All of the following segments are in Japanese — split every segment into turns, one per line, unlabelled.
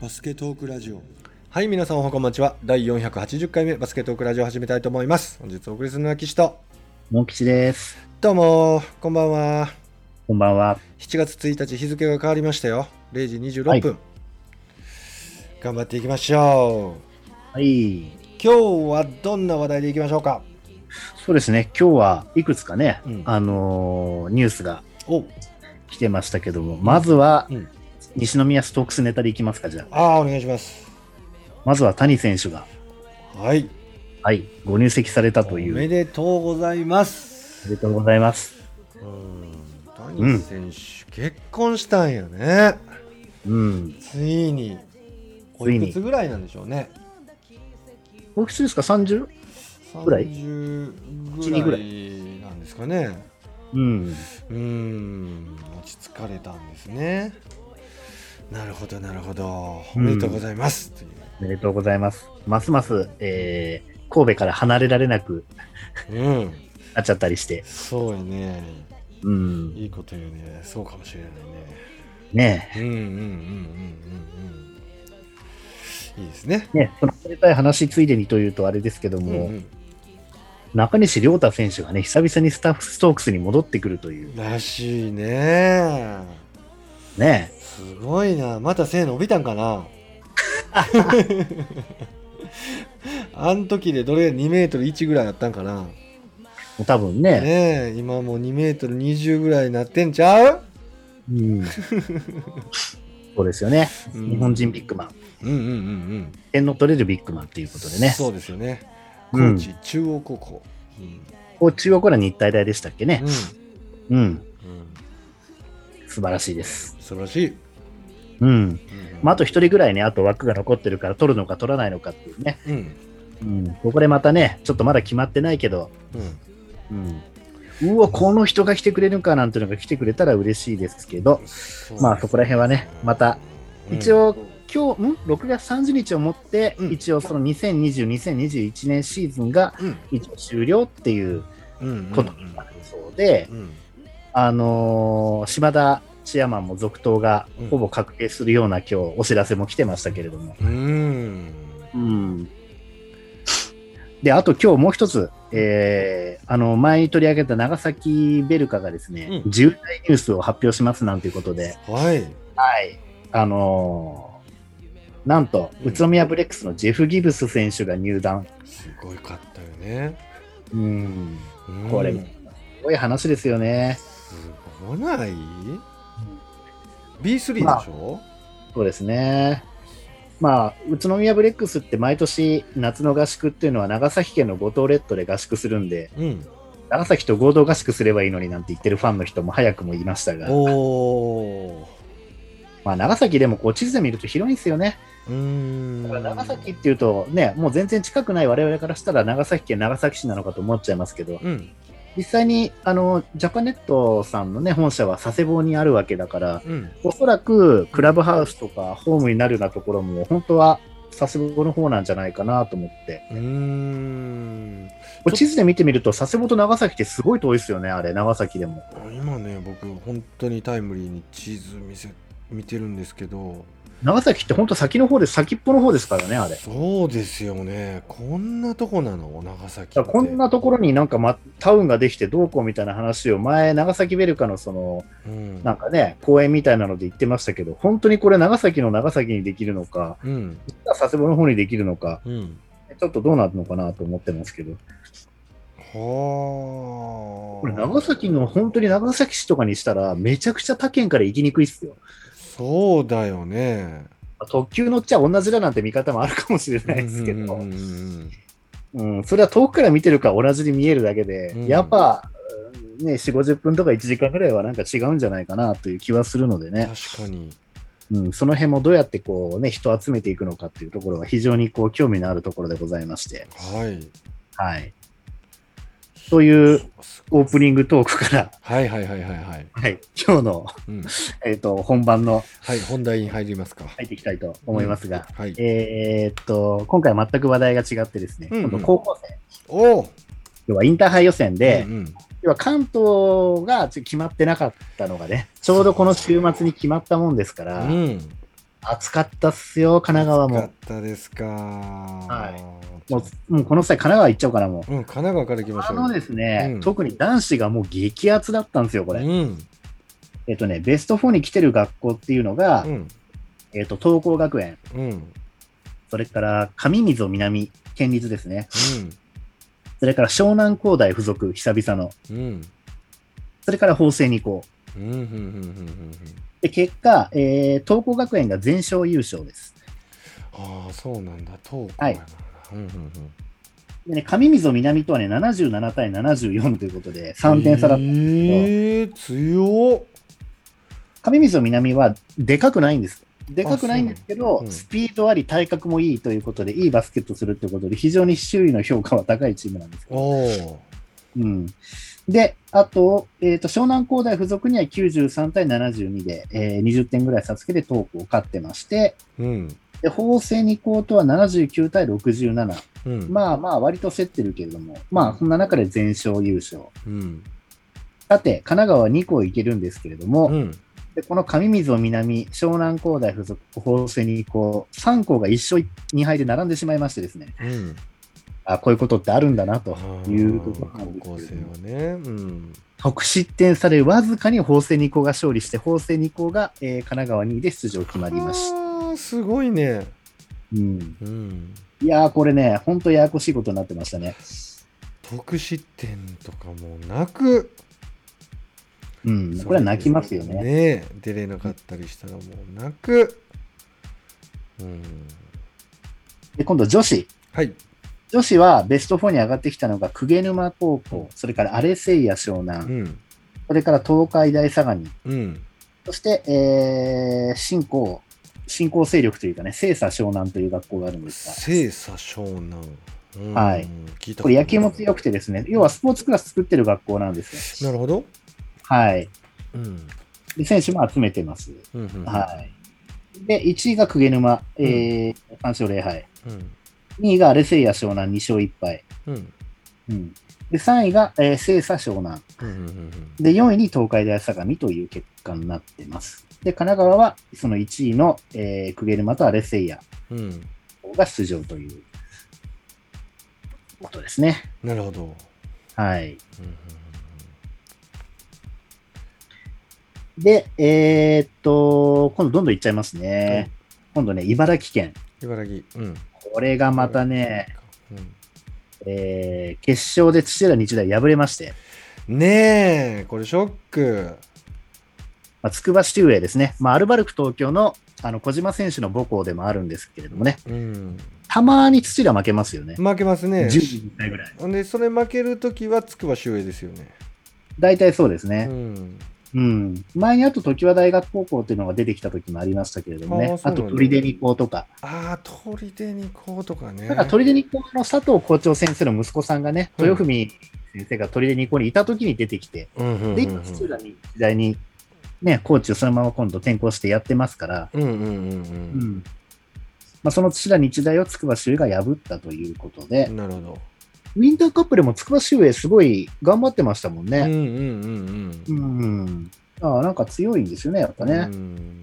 バスケトークラジオ
はい、皆さんおはこんばんちは。第480回目バスケットオークラジオを始めたいと思います。本日お送りするのは岸と。
モン吉です。
どうも、こんばんは。
こんばんは。
7月1日日付が変わりましたよ。0時26分。頑張っていきましょう。
はい。
今日はどんな話題でいきましょうか
そうですね。今日はいくつかね、
うん
あのーニュースが
お
来てましたけども、まずは、
うん
西宮ストークスネタでいきますか、じゃあ。
ああ、お願いします。
まずは谷選手が、
はい。
はい、ご入籍されたとい
お
う。お
め
め
でとうございます。
でとうございます。
うん。
う
谷
ん
選手、結婚したんやね。
うん。
ついに。お
つい
い
に
くつぐらいなんでしょうね。
おいくつですか、30? ぐらい
30ぐらいなんですかね
うん。
うーん落ち着かれたんですねなるほどなるほどお
うん
めでとうございます、という
おめでとうございます。ますます、えー、神戸から離れられなく
うん
なっちゃったりして。
そうやね
うん。
いいこと言うねそうかもしれな
ね
いねうんうんうんうんうんうんいいですね
え。ねえ、その、れたい話ついでにというとあれですけども、
ん
中西亮太選手がね、久々にスタッフストークスに戻ってくるという
うん、らしいね
ね、
すごいなまた背伸びたんか なあん時でどれ2メートル1ぐらいあったんかな
もう多分ね、
ねえ今もう2メートル20ぐらいになってんちゃう、
うん、そうですよね、
うん
日本人ビッグマン、
うんうんうんうん
点の取れるビッグマンということでね、
そうですよね
うん
高知中央高校うん
こう中央から日体大でしたっけね、うん、
うんうん
素晴らしいです。
素晴らしい、
うん
うん
まあ、あと一人ぐらいね、あと枠が残ってるから、取るのか取らないのかっていうね、
うん
うん、ここでまたね、ちょっとまだ決まってないけど、
うん
うん、うわ、この人が来てくれるかなんていうのが来てくれたら嬉しいですけど、まあそこら辺はねまた
うん
一応今日ん6月30日をもって、
うん
一応その2020、2021年シーズンが
うん
一応終了っていう
うんうん
ことになるそうで、
うん
あのー島田チェアマンも続投が
うん
ほぼ確定するような今日お知らせも来てましたけれども。
うん
うんで、あと今日もう一つ、えーあの、前に取り上げた長崎ベルカがですね、
うん
重大ニュースを発表しますなんていうことで、
はい
はい。あのーなんと、
うん
宇都宮ブレックスのジェフ・ギブス選手が入団。
すごいかったよね、
うん。
うん
これ、すごい話ですよね。
すごない ?B3 でしょ、
まあそうですね。まあ、宇都宮ブレックスって毎年夏の合宿っていうのは長崎県の五島列島で合宿するんで、
うん。
長崎と合同合宿すればいいのになんて言ってるファンの人も早くもいましたが、
おー。
まあ、長崎でもこう地図で見ると広いんですよね。
うーん。
だから長崎っていうとね、もう全然近くない我々からしたら長崎県長崎市なのかと思っちゃいますけど、
うん。
実際にあのジャパネットさんの、ね、本社は佐世保にあるわけだから、
うん。
おそらくクラブハウスとかホームになるようなところも、本当は佐世保の方なんじゃないかなと思って、
うーん。
これ地図で見てみると、佐世保と長崎ってすごい遠いですよね、あれ、長崎でも。
今ね、僕、本当にタイムリーに地図見せ、見てるんですけど、
長崎って本当、先の方で、先っぽの方ですからね、あれ。だ
そうですよね。こんなとこなの長崎
か
っ
ら
て。
こんなところになんか、ま、タウンができてどうこうみたいな話を前、長崎ベルカのその
うん。
なんかね、公園みたいなので言ってましたけど、本当にこれ、長崎の長崎にできるのか、
うん。
佐世保の方にできるのか、
うん。
ちょっとどうなるのかなと思ってますけど、
はあ。
これ長崎の本当に長崎市とかにしたら、めちゃくちゃ他県から行きにくいっすよ。
そうだよね。
特急乗っちゃ同じだなんて見方もあるかもしれないですけ
う
ど
ん、うんうん
うん、それは遠くから見てるから同じに見えるだけで、
うん
やっぱ、うんね、4、50分とか1時間ぐらいはなんか違うんじゃないかなという気はするので
うん。
ね、
確かに。
うん、その辺もどうやってこうね、人を集めていくのかっていうところは非常にこう興味のあるところでございまして、
はい。
はい。という
す
オープニングトークから、
はいはいはいはいはい。
はい、今日の
うん、
えっ、と、本番の
はい、本題に入りますか。
入っていきたいと思いますが、
うんはい。
えーっと、今回全く話題が違ってですね、
うんうん
今度高校生、
おお。
要はインターハイ予選で、
うんうん
要は関東がちょっと決まってなかったのがね、ちょうどこの週末に決まったもんですから、
うん。
暑かったっすよ、神奈川
暑
も
か。ったですか。は
もうもうこの際、神奈川行っちゃおうかな、もう。
い。うん、神奈川から行きまし
あ
ょう。
のですね、
うん
特に男子がもう激アツだったんですよ、これ。
うん。
えっとね、ベスト4に来てる学校っていうのが、
うん。
えっと、東光学園、
うん。
それから上溝南、県立ですね。
うん。
それから湘南工大附属、久々の。
うん。
それから法政二高。
うん。うん。うん。うん。
で、結果、えー、東光学園が全勝優勝です。
ああ、そうなんだ。東
は
海
い
なんだ。うん。うん。うん。
でね、上溝南とはね、77対74ということで、3点差だった。
ええー、強っ。
上溝南はでかくないんです。でかくないんですけ
あそう
ど、
なのうん
スピードあり、体格もいいということで、いいバスケットするということで、非常に周囲の評価は高いチームなんですけど。
おお。
うん、で、あと,、えー、と、湘南工大附属には93対72で、えー20点ぐらい差つけて東光を勝ってまして、
うん。
で法政二高とは79対67。
うん。あ。
まあまあ、割と競ってるけれども、まあ、そんな中で全勝優勝。
うん。
さて、神奈川2校いけるんですけれども、
うん。
でこの上溝南、湘南工大附属、法政にこう、3校が1勝2敗で並んでしまいましてですね、
うん。
あこういうことってあるんだなと
あー
いうことな
高
んです
校
けれ
生
ども
はね。うん。
得失点差でわずかに法政2校が勝利して、法政2校が、えー神奈川2位で出場決まりました。
ああ、すごいね。
うん、
うん。
いやー、これね、本当ややこしいことになってましたね。
得失点とかもなく。
うん、これは泣きますよね。
ねえ出れなかったりしたらもう泣く。うん。
で今度、女子。
はい。
女子はベスト4に上がってきたのが、鵠沼高校、それからアレセイヤ
う
湘南、
ん。
それから東海大相模、
うん。
そして、えー、新興、新興勢力というかね、聖佐湘南という学校があるんです
精査湘南。うん
はい。
聞いた
が、これ野球も強
く
くてですね、要はスポーツクラス作ってる学校なんですよ。
なるほど。
はい。
うん。
で、選手も集めてます。
うんうん。
はい。で、1位が鵠沼、えー、3勝0敗。
い。うん。
2位がアレセイヤ湘南、2勝1敗。
うん。
うん。で、3位が、えー、聖佐湘南。
うんうんうん
で、4位に東海大相模という結果になってます。で、神奈川は、その1位の、えー、鵠沼とアレセイヤ
うん。うん。
が出場ということですね。
なるほど。
はい。
うんうん
で、えーっと、今度どんどんいっちゃいますね。
はい
今度ね、茨城県。
うん茨城。うん。
これがまたね、
うん。
えー決勝で土浦日大敗れまして、
ねえ、これショック。
まあ、筑波シティウェイですね。まあ、アルバルク東京のあの小島選手の母校でもあるんですけれどもね、
うん。
たまに土浦負けますよね。
負けますね。
10時1回ぐらい。
ほんで、それ負けるときはつくば秀英ですよね。
大体そうです
う
ね。
ん。
うん。前にあと、常盤大学高校っていうのが出てきた時もありましたけれども
あ
ね
ー。そう
あ
なんだ
と、鳥出二高とか。
ああ、鳥出に行こうとかね。
なんか鳥出二高の佐藤校長先生の息子さんがね、
うん
豊文先生が鳥出二高にいた時に出てきて、
うんうんうんうん。
で、今、土浦に時代に、ね、コーチをそのまま今度転校してやってますから、
うんうんうん
う
うん
んまあ、その土浦日大を筑波修が破ったということで、
うん。なるほど。
ウィンターカップでも筑波修英すごい頑張ってましたもん
うんうん
ね。
うん
う
うん。
ん。ああなんか強いんですよね、やっぱね。
うん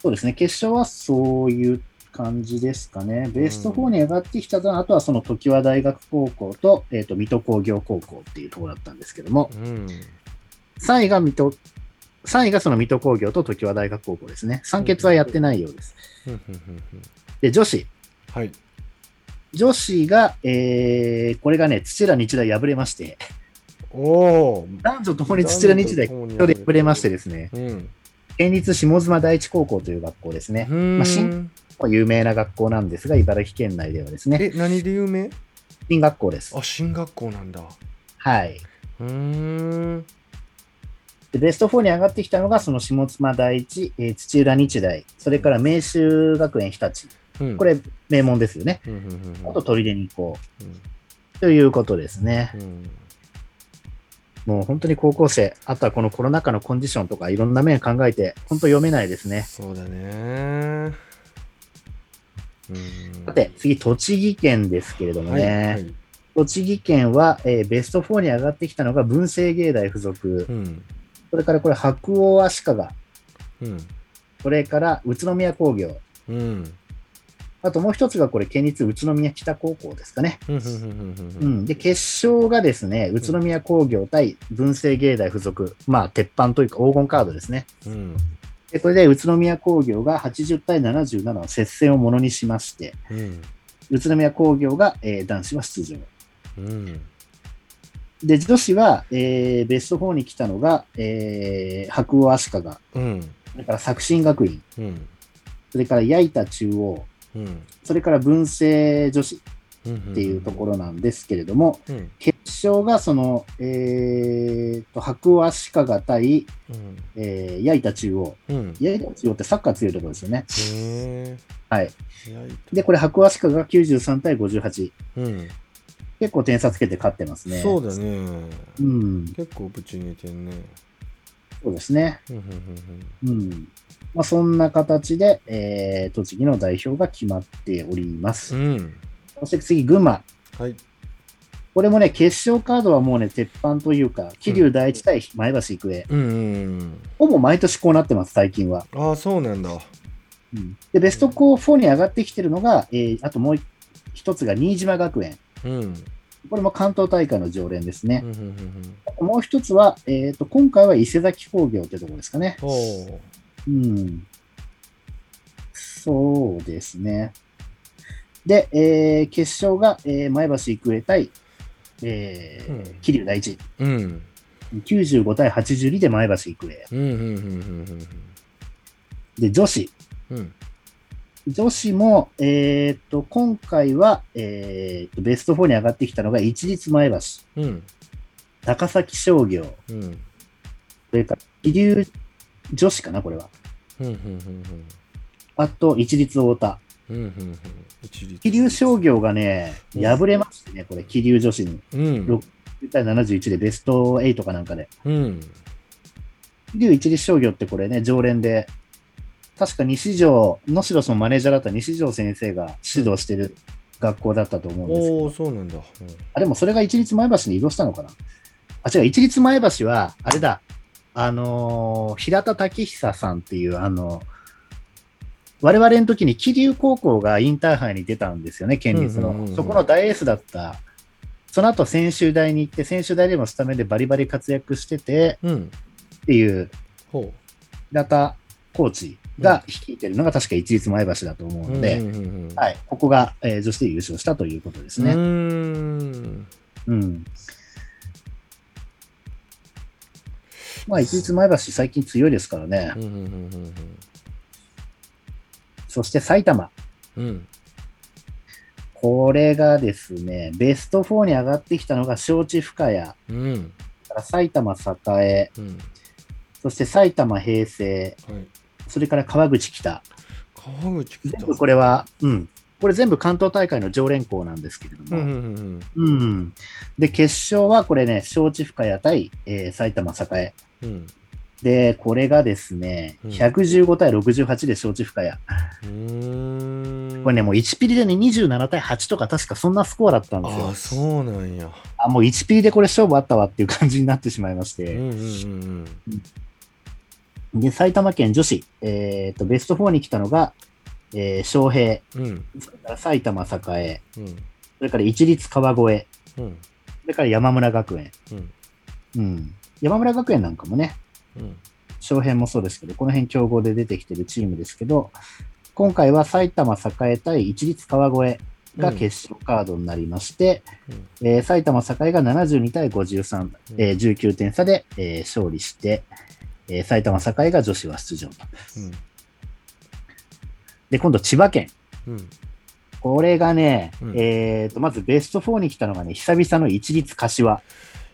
そうですね、決勝はそういう感じですかね。ベスト
う
4
ん
に上がってきたのは、あとはその常盤大学高校と、えっ、と、水戸工業高校っていうところだったんですけども、
うん。
3位が水戸、3位がその水戸工業と常盤大学高校ですね。三決はやってないようです。
ふんふんふんふん
で、女子。
はい。
女子が、えー、これがね、土浦日大敗れまして、
おお。
男女ともに土浦日大、決勝で敗れましてですね、
うん。
県立下妻第一高校という学校ですね。
うん
まあ新有名な学校なんですが、茨城県内ではですね、
え、何で有名
新学校です。
あ、進学校なんだ。
はい。
うーん。
でベスト4に上がってきたのが、その下妻第一、えー土浦日大、それから明秀学園日立、
うん
こ、れ、名門ですよね。
うんうんうんうん
あと、取り出に行こ
うん
う。ということですね。
うん
もう本当に高校生、あとはこのコロナ禍のコンディションとか、いろんな面考えて、本当読めないですね。
そうだね。うん
さて、次、栃木県ですけれども
はい
ね。
はい。
栃木県は、えーベスト4に上がってきたのが、文星芸大附属、
うん。
それからこれ、白鴎足利、
うん
それから宇都宮工業、
うん
あともう一つがこれ、県立宇都宮北高校ですかね。
うんうんうん
う
うん
ん、で、決勝がですね、宇都宮工業対文政芸大附属、まあ、鉄板というか黄金カードですね。
うん
でこれで宇都宮工業が80対77の接戦をものにしまして、
うん
宇都宮工業が、えー男子は出場。
うん
で、女子は、えーベスト4に来たのが、えー白鴎足利、そ
うん
れから作新学院、
うん
それから矢板中央、
うん
それから文政女子
っ
っていうところなんですけれども、
ろ。うん
決勝がその、えーと、白鴎足利対、
うん
えー、矢板中央。
うん。
矢板中央ってサッカー強いところですよね。
へ
はい。
え。焼い
で、これ白足利が93対58。
たうん。
結構点差つけて勝ってますね。
そうだね。
うん、
結構ぶち抜いてんね。
そうですね。
うんうん
うん。まあ、そんな形で、えー、栃木の代表が決まっておりま
う
す。
んうん。うん。
そして次、群馬。
はい。
これもね、決勝カードはもうね、鉄板というか、桐生第一対前橋育英。
うんうんうん。
ほぼ毎年こうなってます、最近は。
ああ、そうなんだ。
うん、で、ベスト4に上がってきてるのが、えー、あともう一つが新島学園。
うん。うん
これも関東大会の常連ですね
うん。うんうん。
もう一つは、えー、と今回は伊勢崎工業ってところですかね。
おお。
うん。そうですね。で、えー決勝が、えー前橋育英対、えー
うん
桐生大地。
うん。
95対82で前橋育英。
うんうんうんうん
で、女子。
うん。うん。
女子も、えー、と今回は、えー、とベスト4に上がってきたのが一律前橋、
うん。
高崎商業、
うん。うん
それから桐生女子かな、これは。
うんうん
あと、一律太田。
うん。うんうんうん。一律
桐生商業がね、
うん
敗れましてね、これ、桐生女子に。
うん。
10対71でベスト8かなんかで。
うん。
桐生一律商業ってこれね、常連で、確か西条、能代そのマネージャーだった西条先生が指導してる学校だったと思うんですけど、
おお、そうなんだ。うん
あ、でもそれが一律前橋に移動したのかなあ、違う、一律前橋は、あれだ、あのー平田武久さんっていう、あの我々の時に桐生高校がインターハイに出たんですよね、県立
う
の。
んうんうんうん
そこの大エースだった。その後、専修大に行って、専修大でもスタメンでバリバリ活躍してて
うん。
っていう
ほ
平田コーチが率いてるのが確か一律前橋だと思
う。
うので、
うんうんうんうん
はい、ここが、えー女子で優勝したということですね。
うーん。
うん。まあ、一律前橋、最近強いですからね
う。んうんうん
そして埼玉。
うんうん。
これがですね、ベスト4に上がってきたのが、招致深谷、
うん。
埼玉栄、
うん。
そして埼玉平成、
はい。
それから川口北。
川口来た。
全部これは、うん。これ全部関東大会の常連校なんですけれど
うんう
も。
んうん
うん。で、決勝はこれね、招致深谷対、えー埼玉栄。
うん。うん。
で、これがですね、
うん
115対68で招致深谷。
うーん。
これね、もう1ピリでね、27対8とか、確かそんなスコアだったんです
あ
よ
あ、。そうなんや。
あもう1ピリでこれ勝負あったわっていう感じになってしまいまし
うん
て。
うんうん
で、埼玉県女子、えー、と、ベスト4に来たのが、えー、昌平、
うん。うん。
それから埼玉栄、
うん。
それから一律川越、
うん。
それから山村学園。
うん。
うん。山村学園なんかもね、
うん。
昌平もそうですけど、この辺強豪で出てきてるチームですけど、今回は埼玉栄対一律川越が決勝カードになりまして、
うん
えー埼玉栄が72対53、えー19点差で、えー勝利して、えー埼玉栄が女子は出場と。で、今度千葉県。
うん。
これがね、
うん
えーと、まずベスト4に来たのがね、久々の一律柏。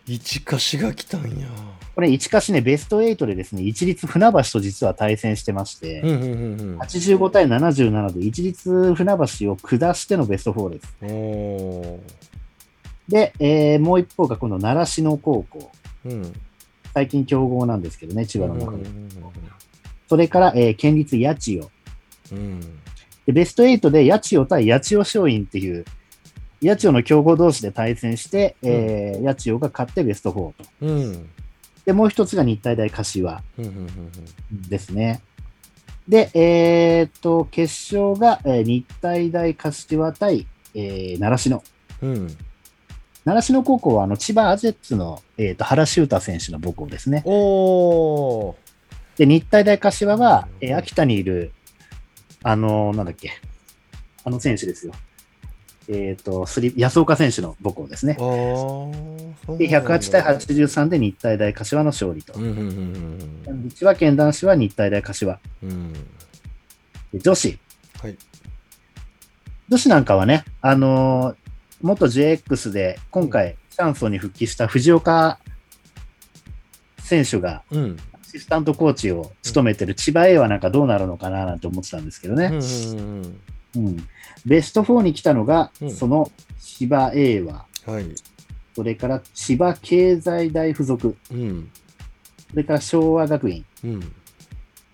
一かしが来たんや。
これ、一柏ね、ベスト8でですね、一律船橋と実は対戦してまして、
うんうんうん
85対77で一律船橋を下してのベスト4です。
うん。おー。
で、えーもう一方が今度、習志野高校。
うん。
最近強豪なんですけどね、千葉の中
う
で。
ん
それから、えー県立八千代。
うんうん
で、ベスト8で八千代対八千代松陰っていう、八千代の強豪同士で対戦して、えー八千代が勝ってベスト4と。
うん。うん。
で、もう一つが日体大柏
うんうんうんうん。
ですね。で、えーっと、決勝が、えー日体大柏対、えー、習志野。
うん。
習志野高校は、あの、千葉アジェッツの、えーっと、原修太選手の母校ですね。
おー。
で、日体大柏は、えー秋田にいる、あのーなんだっけ、あの選手ですよ。えーっと、スリ安岡選手の母校ですね
あ。ー。
で、108対
8。
83で日体大柏の勝利と
う。んうんうんうん
千葉県男子は日体大柏。
うん。うん。
で女子。
はい。
女子なんかはね、あのー元 JX で今回、シャンソンに復帰した藤岡選手が、
うん。うん
アシスタントコーチを務めてる千葉 A はなんかどうなるのかななんて思ってたんですけど
うん
ね。
うん
うんベスト4に来たのが、
うん
その千葉 A は、
うん。はい。
それから千葉経済大附属、
うん。
それから昭和学院、
うん。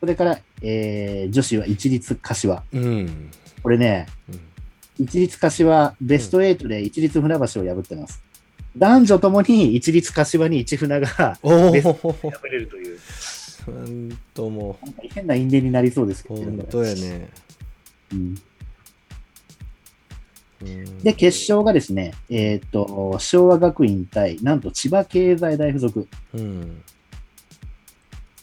それから、えー女子は一律柏。
うん。
これね、
うん
一律柏、ベスト8で一律船橋を破ってます。男女ともに一律柏に一 船が敗
おー。
れるという、
なんとも、
なんか変な因縁になりそうですけれど
本
も、
当やね。
うん
うん
で、決勝がですね、えーっと、昭和学院対、なんと千葉経済大附属。
うん。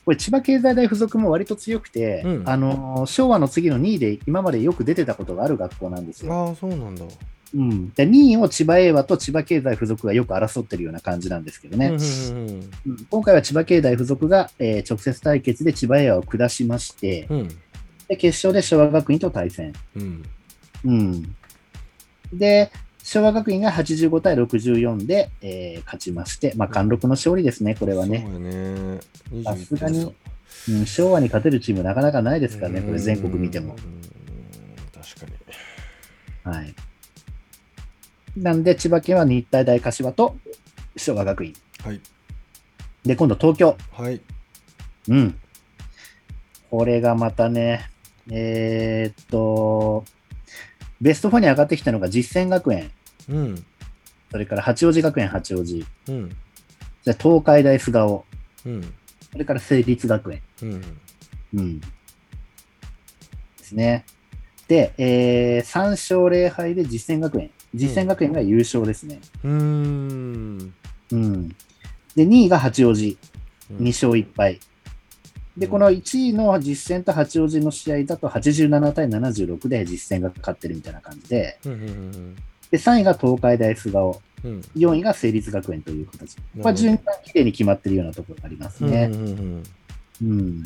これ、千葉経済大附属も割と強くて、
うん
あのー、昭和の次の2位で今までよく出てたことがある学校なんですよ。
ああ、そうなんだ。
うん、で2位を千葉英和と千葉経済附属がよく争ってるような感じなんですけど
う
ね。
んうん
うん今回は千葉経済附属が、えー直接対決で千葉エアを下しまして、
うん。
で決勝で昭和学院と対戦。
うん。
うん、で、昭和学院が85対64で、えー勝ちまして、まあ、貫禄の勝利ですね、これはね。
そうやね。21
さすが
点
に
差、
うん、昭和に勝てるチームなかなかないですからね、これ全国見て
う。ん
も
確かに。
はい、なんで、千葉県は日体大柏と昭和学院。
はい。
で、今度東京。
はい。
うん。これがまたね、えーっと、ベスト4に上がってきたのが実践学園、
うん。
それから八王子学園八王子、
うん。
それから東海大菅生、
うん。
それから成立学園。
うん。
うん。ですね。で、えー、3勝0敗で実践学園。実践学園が優勝ですね。
うーん。
うん。で、2位が八王子、
うん
2勝1敗。で、この1位の実践と八王子の試合だと87対76で実践が勝ってるみたいな感じで、
うんうん
で、3位が東海大菅生、
うんうん。
4位が成立学園という形。
うん。
これ順番綺麗に決まってるようなところがあります
う
ね。
んうんうん
うん。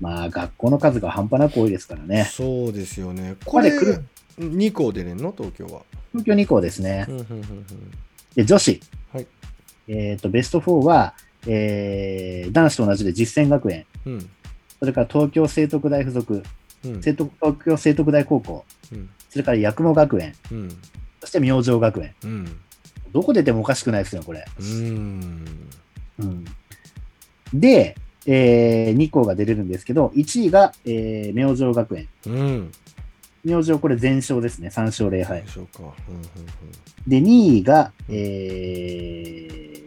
まあ、学校の数が半端なく多いですからね。
そうですよね。こ
こ
れ
れ来る、
2校出れんの東京は。
東京2校ですね
う。んうんうんうん
で、女子。
はい
えっ、と、ベスト4は、えー、男子と同じで実践学園、
うん。
それから東京聖徳大附属、
うん。
聖徳東京聖徳大高校、
うん。
それから八雲学園、
うん。
そして明星学園。
うん。
どこ出てもおかしくないですよ、これ。
うーん。
うん、で、え2校が出れるんですけど、1位が、えー明星学園。
うん。
明星、これ全勝ですね。3勝0敗
で。しょうか。
で、2位が、え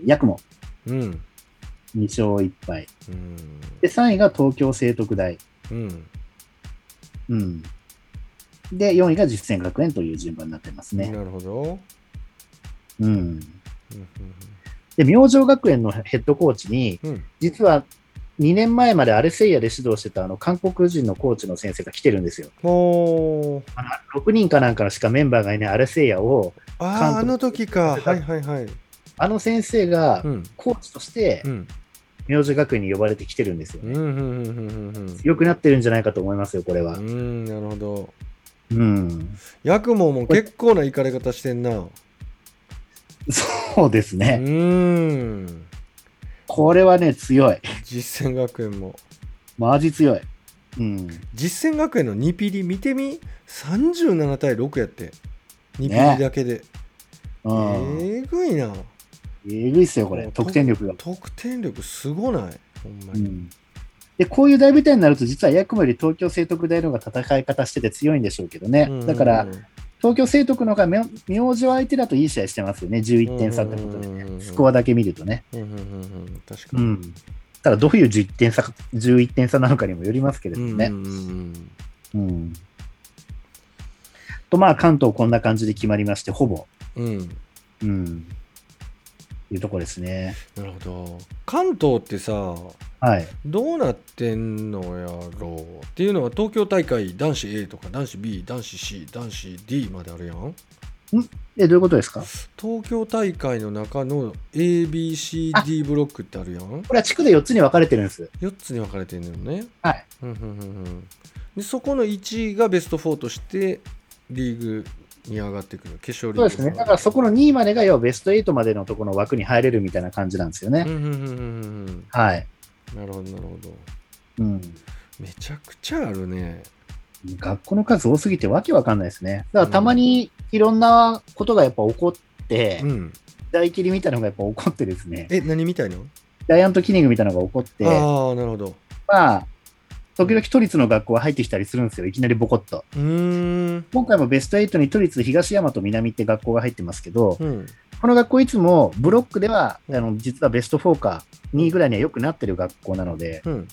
ー、八雲。
うん。うん。うん
2勝1敗。
うん。
で、3位が東京聖徳大。
うん。
うん。で、4位が実践学園という順番になってますね。
なるほど。
うん。
うん
で、明星学園のヘッドコーチに、
うんうん。
実は2年前までアレセイヤで指導してたあの韓国人のコーチの先生が来てるんですよ。
おー。
6人かなんかしかメンバーがいないアレセイヤを、
ああ、あ
監督
の時か。はいはいはい。
あの先生が
うん。
コーチとして
うん。
明星学園に呼ばれてきてるんですよ
うん。
ね。
うん。うん。うんうん。
良くなってるんじゃないかと思いますよ、これ
う
は。
ん。なるほど。
うん。
ヤクモも結構な行かれ方してんな。う
そうですね。
ーん。
これはね、強い。
実践学園も。
マジ強い。うん。
実践学園の2ピリ見てみ37対6やって2ピリだけで、
うん。
えぐいな
えぐいっすよ、これ。得点力が。
得点力すごないほんま
う
に、
んで、こういう大ベテランになると、実はヤクモより東京聖徳大の方が戦い方してて強いんでしょうけどね。だから、東京聖徳の方が明明星相手だといい試合してますよね。11点差ってことで
うんうんうんう
ね。
ん
スコアだけ見るとね。
うんうんうんうん確か
う
に、
ん。ただどういう10点差か、11点差なのかにもよりますけれど
うん
も
うんう
ね。
ん
うんと、まあ、関東こんな感じで決まりまして、ほぼ、
うんうん
うん、いうとこですね。
なるほど関東ってさ
はい。
どうなってんのやろうっていうのは東京大会男子 A とか男子 B 男子 C 男子 D まであるやん
え、どういうことですか
東京大会の中の ABCD ブロックってあるやん
これは地区で4つに分かれてるんです。
4つに分かれてんのよね
はい
ふんふんふんふんでそこの1位がベスト4としてリーグに上がってくる決勝リー
そう
グ
ですね。だからそこの2位までが要はベスト8までのところの枠に入れるみたいな感じなんですよね。
うんうんうんうん
はい。
うんなるほどなるほど
うん。
めちゃくちゃあるね
学校の数多すぎてわけわかんないですね。だからたまにいろんなことがやっぱ起こって
う、ん
大切りみたいなのがやっぱ起こってですね、
え何みたいの
ジャイアントキリングみたいなのが起こって、
ああなるほど
まあ、時々都立の学校が入ってきたりするんですよ。いきなりボコッと。
うーん
今回もベスト8に都立東山と南って学校が入ってますけど、
うん
この学校いつもブロックでは、あの、実はベスト4か2位ぐらいには良くなってる学校なので、
うん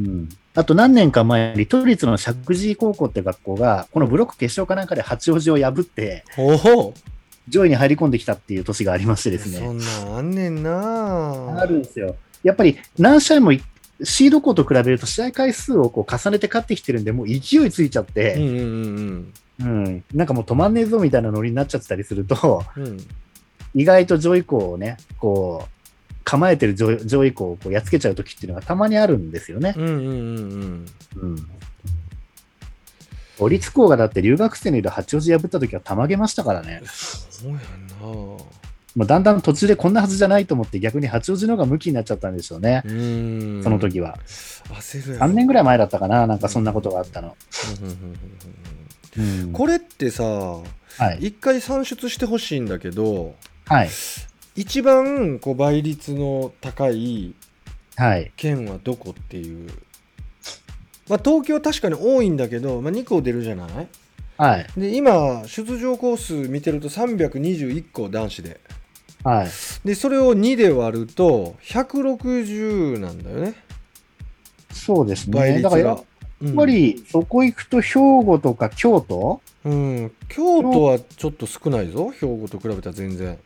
うんあと何年か前に都立の石神井高校って学校が、このブロック決勝かなんかで八王子を破って、
おお
上位に入り込んできたっていう年がありましてです
そ
ね。
んなんあんねんな
あるんですよ。やっぱり何試合もいシード校と比べると試合回数をこう重ねて勝ってきてるんで、もう勢いついちゃ
う
っ
ん
て、
うんうん
うんなんかもう止まんねえぞみたいなノリになっちゃってたりすると、
うんうん
意外と上位校をね、こう、構えてる上上位校をこうやっつけちゃう時っていうのがたまにあるんですよね。
うんうんうんうん
うん。都立校がだって留学生のいる八王子破った時はたまげましたからね。
そうやんな
もうだんだん途中でこんなはずじゃないと思って逆に八王子の方が向きになっちゃったんでしょうね。
うーん
その時は。
焦るや
3年ぐらい前だったかななんかそんなことがあったの。
うんうんうんうん
うん
うんこれってさ
はい。
一回算出してほしいんだけど
はい。
一番こう倍率の高い
はい。
県はどこっていうまあ東京確かに多いんだけど、まあ、2校出るじゃない
はい。
で今出場校数見てると321校男子で
はい。
でそれを2で割ると160なんだよね
そうです
倍
ね。
率
だ
が、
からやっぱりそこ行くと兵庫とか京都
うん、うん京都はちょっと少ないぞ兵庫と比べたら全然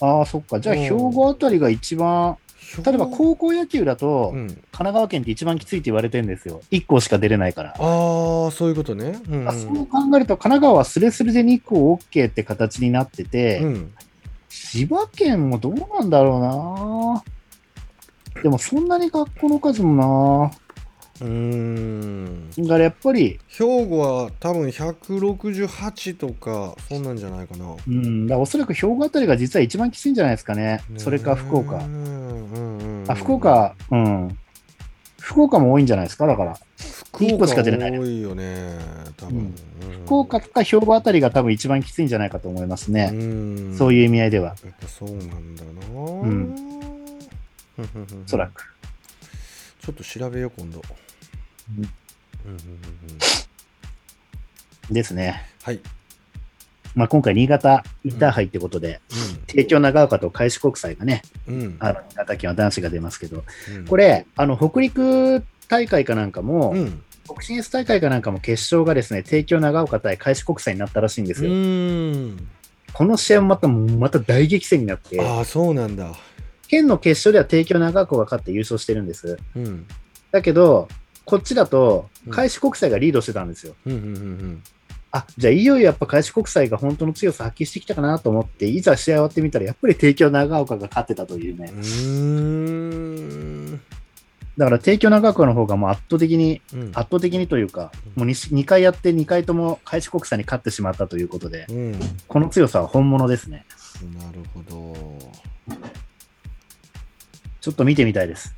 ああ、そっか。じゃあ
うん
兵庫あたりが一番、例えば高校野球だ
う
と神
ん、
奈川県って一番きついって言われてるんですよ。1校しか出れないから。
ああそういうことねうん
あそう考えると、神奈川はスレスレで2個 OK って形になってて、
うん
千葉県もどうなんだろうな。でも、そんなに学校の数も
うーん
な。だからやっぱり、
兵庫は多分168とかそんなんじゃないかな
うん、だからおそらく兵庫あたりが実は一番きついんじゃないですかね。
ね
それか福岡
う。んうんうんうん
あ、福岡、うん。福岡も多いんじゃないですか、だから。
福
いい
岡
子しか出れない
多いよね多分、うん
福岡とか兵庫あたりが多分一番きついんじゃないかと思いますね。
うん
そういう意味合いでは、
やっぱそうなんだなうん ふんふんふん
おそらく。
ちょっと調べよう今度
うん
うんうんうんうん
ですね。
はい、
まあ、今回、新潟インターハイってことで、帝京長岡と開志国際がね、
うんうん
あの新潟県は男子が出ますけど、
うん
これ、あの北陸大会かなんかも、
うん
北信越大会かなんかも決勝がですね、帝京長岡対開志国際になったらしいんです
う
よ。
ん
この試合もまた、また大激戦になって、
ああそうなんだ
県の決勝では帝京長岡が勝って優勝してるんです。
うんうん
だけど、こっちだと
うん
開志国際がリードしてたんですよ。
うんうんうん
あ、じゃあいよいよやっぱ開志国際が本当の強さ発揮してきたかなと思って、いざ試合終わってみたら、やっぱり帝京長岡が勝ってたというね
う。ーん
だから帝京長岡の方がもう圧倒的に
うん
圧倒的にというか、
うん
もう 2, 回やって2回とも開志国際に勝ってしまったということで、
うんな
この強さは本物ですね。
るほど
ちょっと見てみたいです。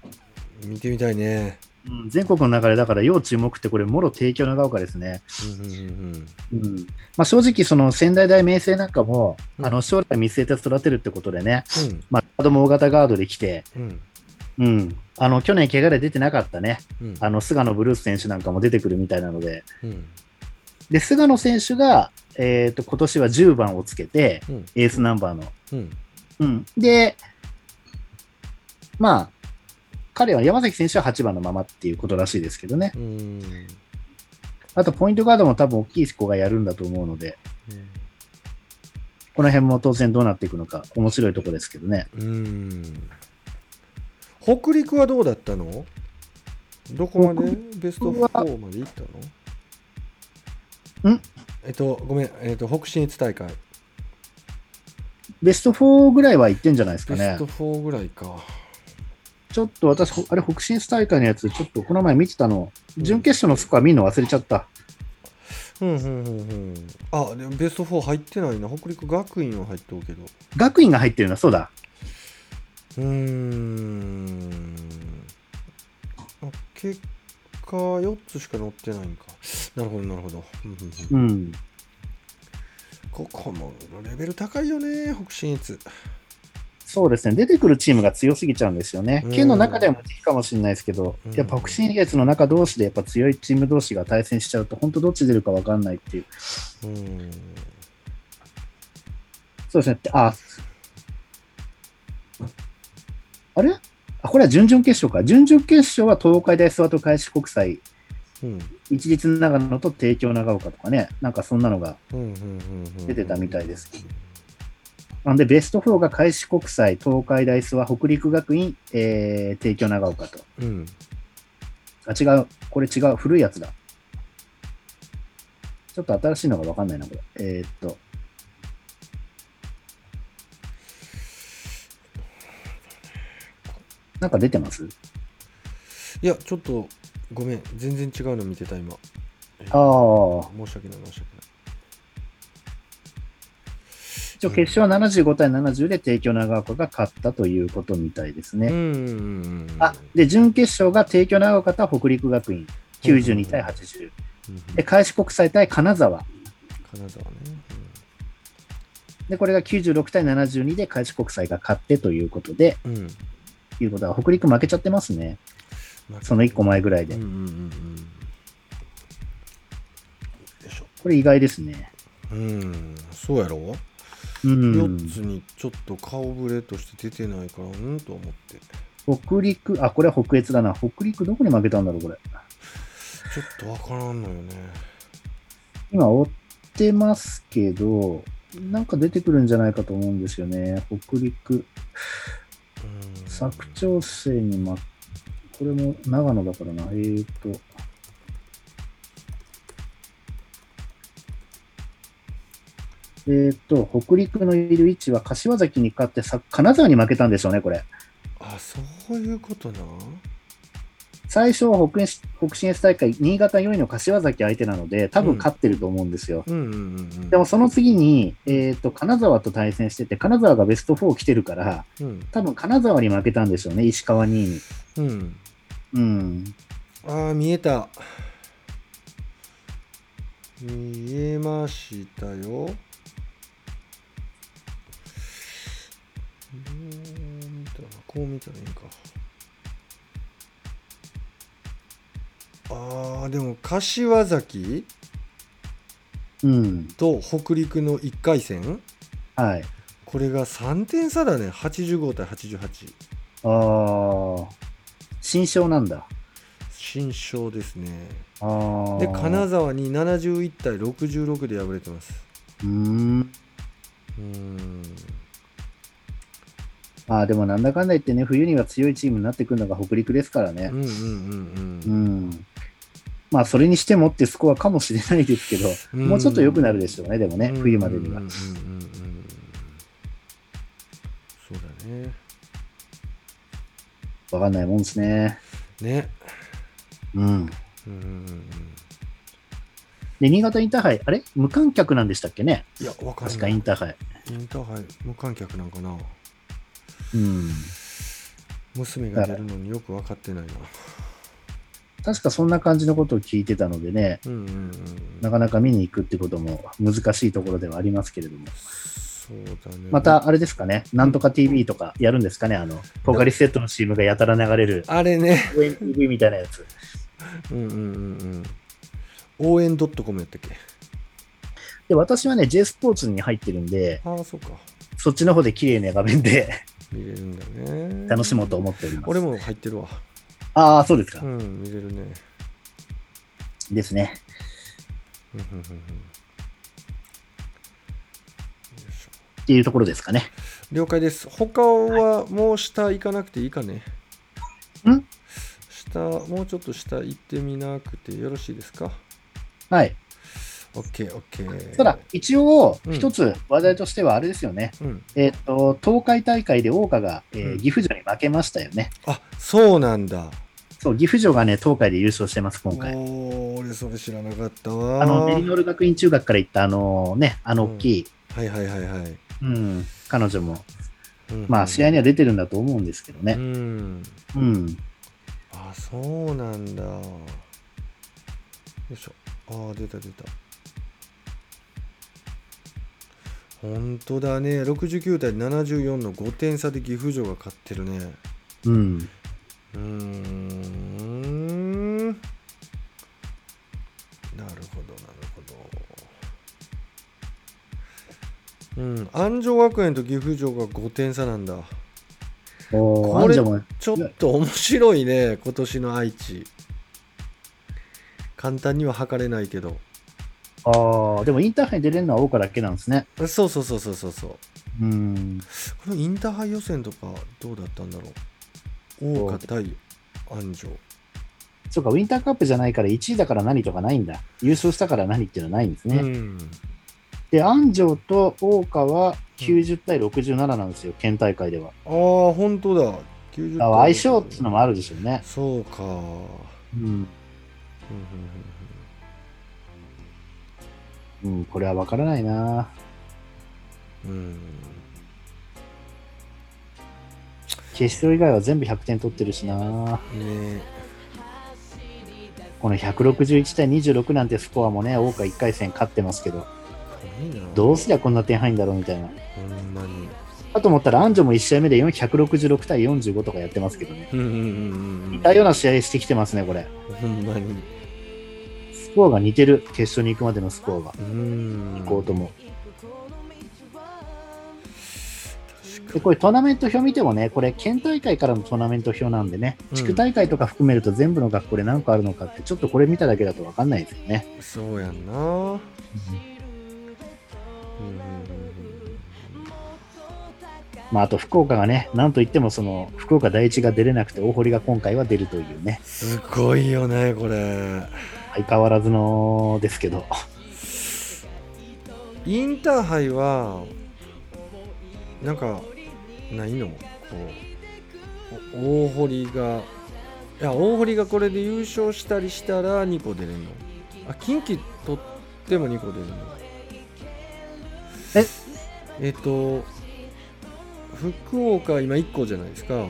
見てみたいね
うん、全国の中で、だから要注目って、これ、もろ帝京長岡ですね。
うんうんうん
うんまあ、正直、その仙台大明星なんかも、
うん
あの将来見据えて育てるってことでね、
うん
まあ、ガードも大型ガードで来て、
うん
うん、あの去年、怪我で出てなかったね、
うん
あの菅野ブルース選手なんかも出てくるみたいなので、
うん
で菅野選手が、えー、と今年は10番をつけて、
うん
エースナンバーの。
うん
うん、で、まあ、彼は山崎選手は8番のままっていうことらしいですけどね。
うん
あと、ポイントガードも多分大きい子がやるんだと思うので、この辺も当然どうなっていくのか、面白いとこですけどね。
うん北陸はどうだったのどこまでベスト
僕は
4まで行ったの
ん
えっとごめん、えっと、北信越大会
ベスト4ぐらいは行ってんじゃないですか
ベ
ね
スト。4ぐらいか、
ちょっと私、ほあれ、北信越大会のやつ、ちょっとこの前見てたの、準決勝のスコア見るの忘れちゃった。
うんうんうんうんあでもベスト4入ってないな北陸学院は入っとうけど
学院が入ってるな、そうだ。
うーんあ結果4つしか載ってないんかなるほどなるほどうんうんうん
うん。
ここもレベル高いよね北信越
そうですね。出てくるチームが強すぎちゃうんですよね
うん。
県の中でもいいかもしれないですけど
うん、
やっぱ北信越の中同士で、やっぱ強いチーム同士が対戦しちゃうと、本当どっち出るか分かんないっていう。
うん
そうですね。あ、あれあ、これは準々決勝か。準々決勝は東海大諏訪と開志国際、
うん
一律長野と帝京長岡とかね、なんかそんなのが
うんうんうんうん
出てたみたいです。なんで、ベスト4が開志国際、東海大諏訪、北陸学院、えー、帝京長岡と。
うん
あ、違う。これ違う。古いやつだ。ちょっと新しいのがわかんないな、これ。えーっと。なんか出てます
いやちょっとごめん全然違うの見てた今
ああ。
申し訳ない申し訳ない
一応決勝は75対70で帝京長岡が勝ったということみたいですね。
うんうんうんうん
あ、で、準決勝が帝京長岡対北陸学院。92対80。
うんうん
で、開志国際対金沢。
金沢ね
で、これが96対72で開志国際が勝ってということで、
うんうん
いうことは、北陸負けちゃってますね。その1個前ぐらいで
うん。うんうんうんよいしょ
これ意外ですね。
うんそうやろ、
う。
うん4つにちょっと顔ぶれとして出てないからうんと思って
北陸、あ、これは北越だな。北陸どこに負けたんだろう、これ。
ちょっとわからんのよね
今追ってますけど、なんか出てくるんじゃないかと思うんですよね。北陸、
うん
佐久長聖に負け、これも長野だからな。えーと。えーと、北陸のいる位置は柏崎に勝ってさ、金沢に負けたんでしょうね、これ。
あそういうことな
最初は北信北信越大会、新潟4位の柏崎相手なので、多分勝ってると思うんですよ。
うんうんうんうん
でもその次に、えっと金沢と対戦してて、金沢がベスト4来てるから、
うん
多分金沢に負けたんでしょうね、石川2位に。
うん
うん、
ああ見えた見えましたようーん見たらこう見たらいいんかあーでも柏崎
うん、
と北陸の1回戦
はい。
これが3点差だね85対88
あー、新勝なんだ。
新勝ですね
あー
で金沢に71対66で敗れてます
うーん
うーん
あーでもなんだかんだ言ってね、冬には強いチームになってくるのが北陸ですから
う
ね
ん。うんうん
う
うん
んまあ、それにしてもってスコアかもしれないですけど、
うん
もうちょっと良くなるでしょうね、でもね、
うん
冬までには
うんうんうんうん。そうだね
わかんないもんですね。
ね
うん。
うんうんうん
で、新潟インターハイ、あれ無観客なんでしたっけね
いやわかん
確
な
か
いイン
インターハイ。
ターハイ無観客なんかな
うん。
娘が出るのによく分かってないな
確かそんな感じのことを聞いてたのでね、
うんうんうんう
なんかなか見に行くってことも難しいところではありますけれども。
そうだね
また、あれですかね、なんとか TV とかやるんですかね、あの、ポカリスエットの CM がやたら流れる、
あれね
応援 TV みたいなやつ。
うんうんうんうん応援 .com やったっけ
で、私はね、J スポーツに入ってるんで、
ああそうか
そっちの方で綺麗な画面で
う見れるんだね。
楽しもうと思っております。
俺も入ってるわ。
ああ、そうですか。
うん、見れるね。
ですね。
うんうんうんうんよいしょ
っていうところですかね。
了解です。他はもう下行かなくていいかね。
ん
下、もうちょっと下行ってみなくてよろしいですか
はい。
?OK、OK。
ただ、一応
う、ん
一つ話題としてはあれですよね。
うん。
えっ、と、東海大会で桜花が、えー
うん
岐阜城に負けましたよね。
あ、そうなんだ。
そう、岐阜城がね、東海で優勝してます、今回。
おー、俺それ知らなかったわ。
あの、メリノール学院中学から行った、あのね、あの
うん
大きい、
はいはいはいはい。
うん、彼女も、
うん
まあ、試合には出てるんだと思うんですけど
う
ね。
ん。
うん。
あ、そうなんだ。よいしょ。あー、出た出た。本当だね。69対74の5点差で岐阜城が勝ってるね。
うん。
うーん。なるほど、なるほど。うん、安城学園と岐阜城が5点差なんだ。
おー、
こ
アン
れ
ジャも、
ちょっと面白いね、今年の愛知。簡単には測れないけど。
ああ、でもインターハイに出れるのは桜花だけなんですね。
そうそうそうそうそうそう。こ
うん。
のインターハイ予選とかどうだったんだろう。大岡対安城。
そうか、ウィンターカップじゃないから1位だから何とかないんだ。優勝したから何っていうのはないんですね。
うん。
で、安城と桜花は90対67なんですよ、県大会では。
ああ、本当だ。90
あ相性っていうのもあるでしょうね。
そうか。
う
う
ん。
んうん
うん、これは分からないな
うんうんうん
決勝以外は全部100点取ってるしな
ね
この161対26なんてスコアもね、桜花1回戦勝ってますけど、
えいいな
どうすりゃこんな点入るんだろうみたいな。
ほんまに
かと思ったら安城も1試合目で166対45とかやってますけどね。
うんうんうんうん
似たような試合してきてますね、これ。
ほんまに
スコアが似てる、決勝に行くまでのスコアが。
うん
行こうとも。
確か
でこれトーナメント表見てもね、これ県大会からのトーナメント表なんでね、
うん
地区大会とか含めると全部の学校で何個あるのかって、ちょっとこれ見ただけだと分かんないですよね。
にそうやんなうんうん
まあ、あと福岡がね、なんといってもその福岡第一が出れなくて大堀が今回は出るというね、
すごいよねこれ
相変わらずのですけど、
インターハイはなんかないのこうお大堀がいや大堀がこれで優勝したりしたら2個出れるのあ近畿取っても2個出るの
え
えっと福岡今1個じゃないですか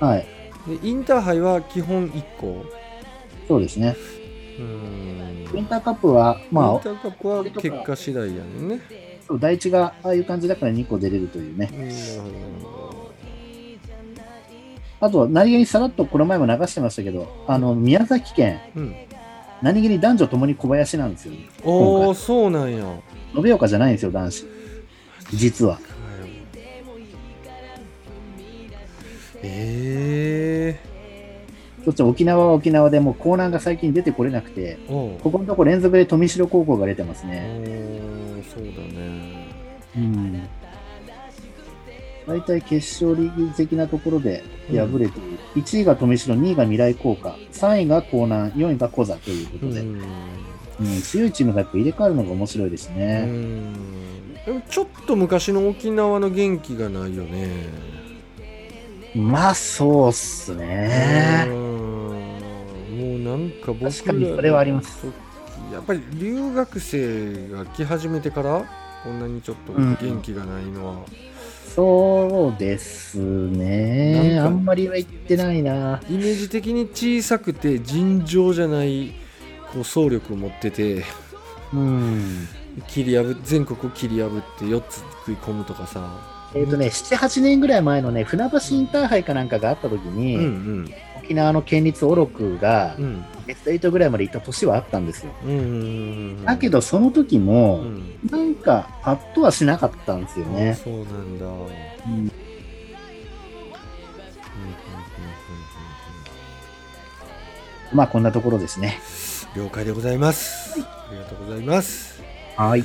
はい、
でインターハイは基本1個
そうですね。
うん
ウィンターカップは、
イ
ま
ンターカップは結果次第やねんね
あ、第一がああいう感じだから2個出れるというね
う。んなるほどなるほど
あと、何気にさらっとこの前も流してましたけど、あの、宮崎県、
うん
何気に男女ともに小林なんですよ、ね。
おおそうなんや
延岡じゃないんですよ、男子。実は。
え
そっち沖縄は沖縄でもう江南が最近出てこれなくて、
ー、おう
ここのとこ連続で富城高校が出てます
お
ね。
ーそうだね
うん。大体決勝リーグ的なところで敗れている、1位が富城、2位が未来工科、3位が江南、4位が小座というこ
う
とで、うん
ん
強いチームがやっぱ入れ替わるのが面白いです
う
ね。
んでもちょっと昔の沖縄の元気がないよね
まあ、そうっすね。
うんもうなんか僕ら
確かにそれはあります
時やっぱり留学生が来始めてからこんなにちょっと
うん
元気がないのは、
そうですね。
なん
あ
か
んまりは行ってないな。
イメージ的に小さくて尋常じゃないこう総力を持ってて
うん。
切り破全国を切り破って4つ食い込むとかさ
えっ、とね、7、8年ぐらい前のね、船橋インターハイかなんかがあった時
う
に、
んうん
沖縄の県立オロクが
う、ん
ベスト8ぐらいまで行った年はあったんですよ。
うんうんうんうん
だけど、その時
う
も、
ん
なんか、パッとはしなかったんですよ
あ
ね。
そうなんだ
うんまあこんなところですね。
了解でございます。ありがとうございます。
はい。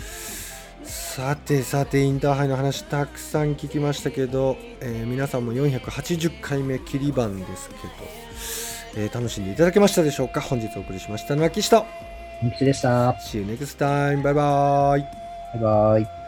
さてさてインターハイの話たくさん聞きましたけど、えー皆さんも480回目切り番ですけど、えー楽しんでいただけましたでしょうか本日お送りしましたのは岸と
ミキチでした。
See you next time バイバイ
バイバイ。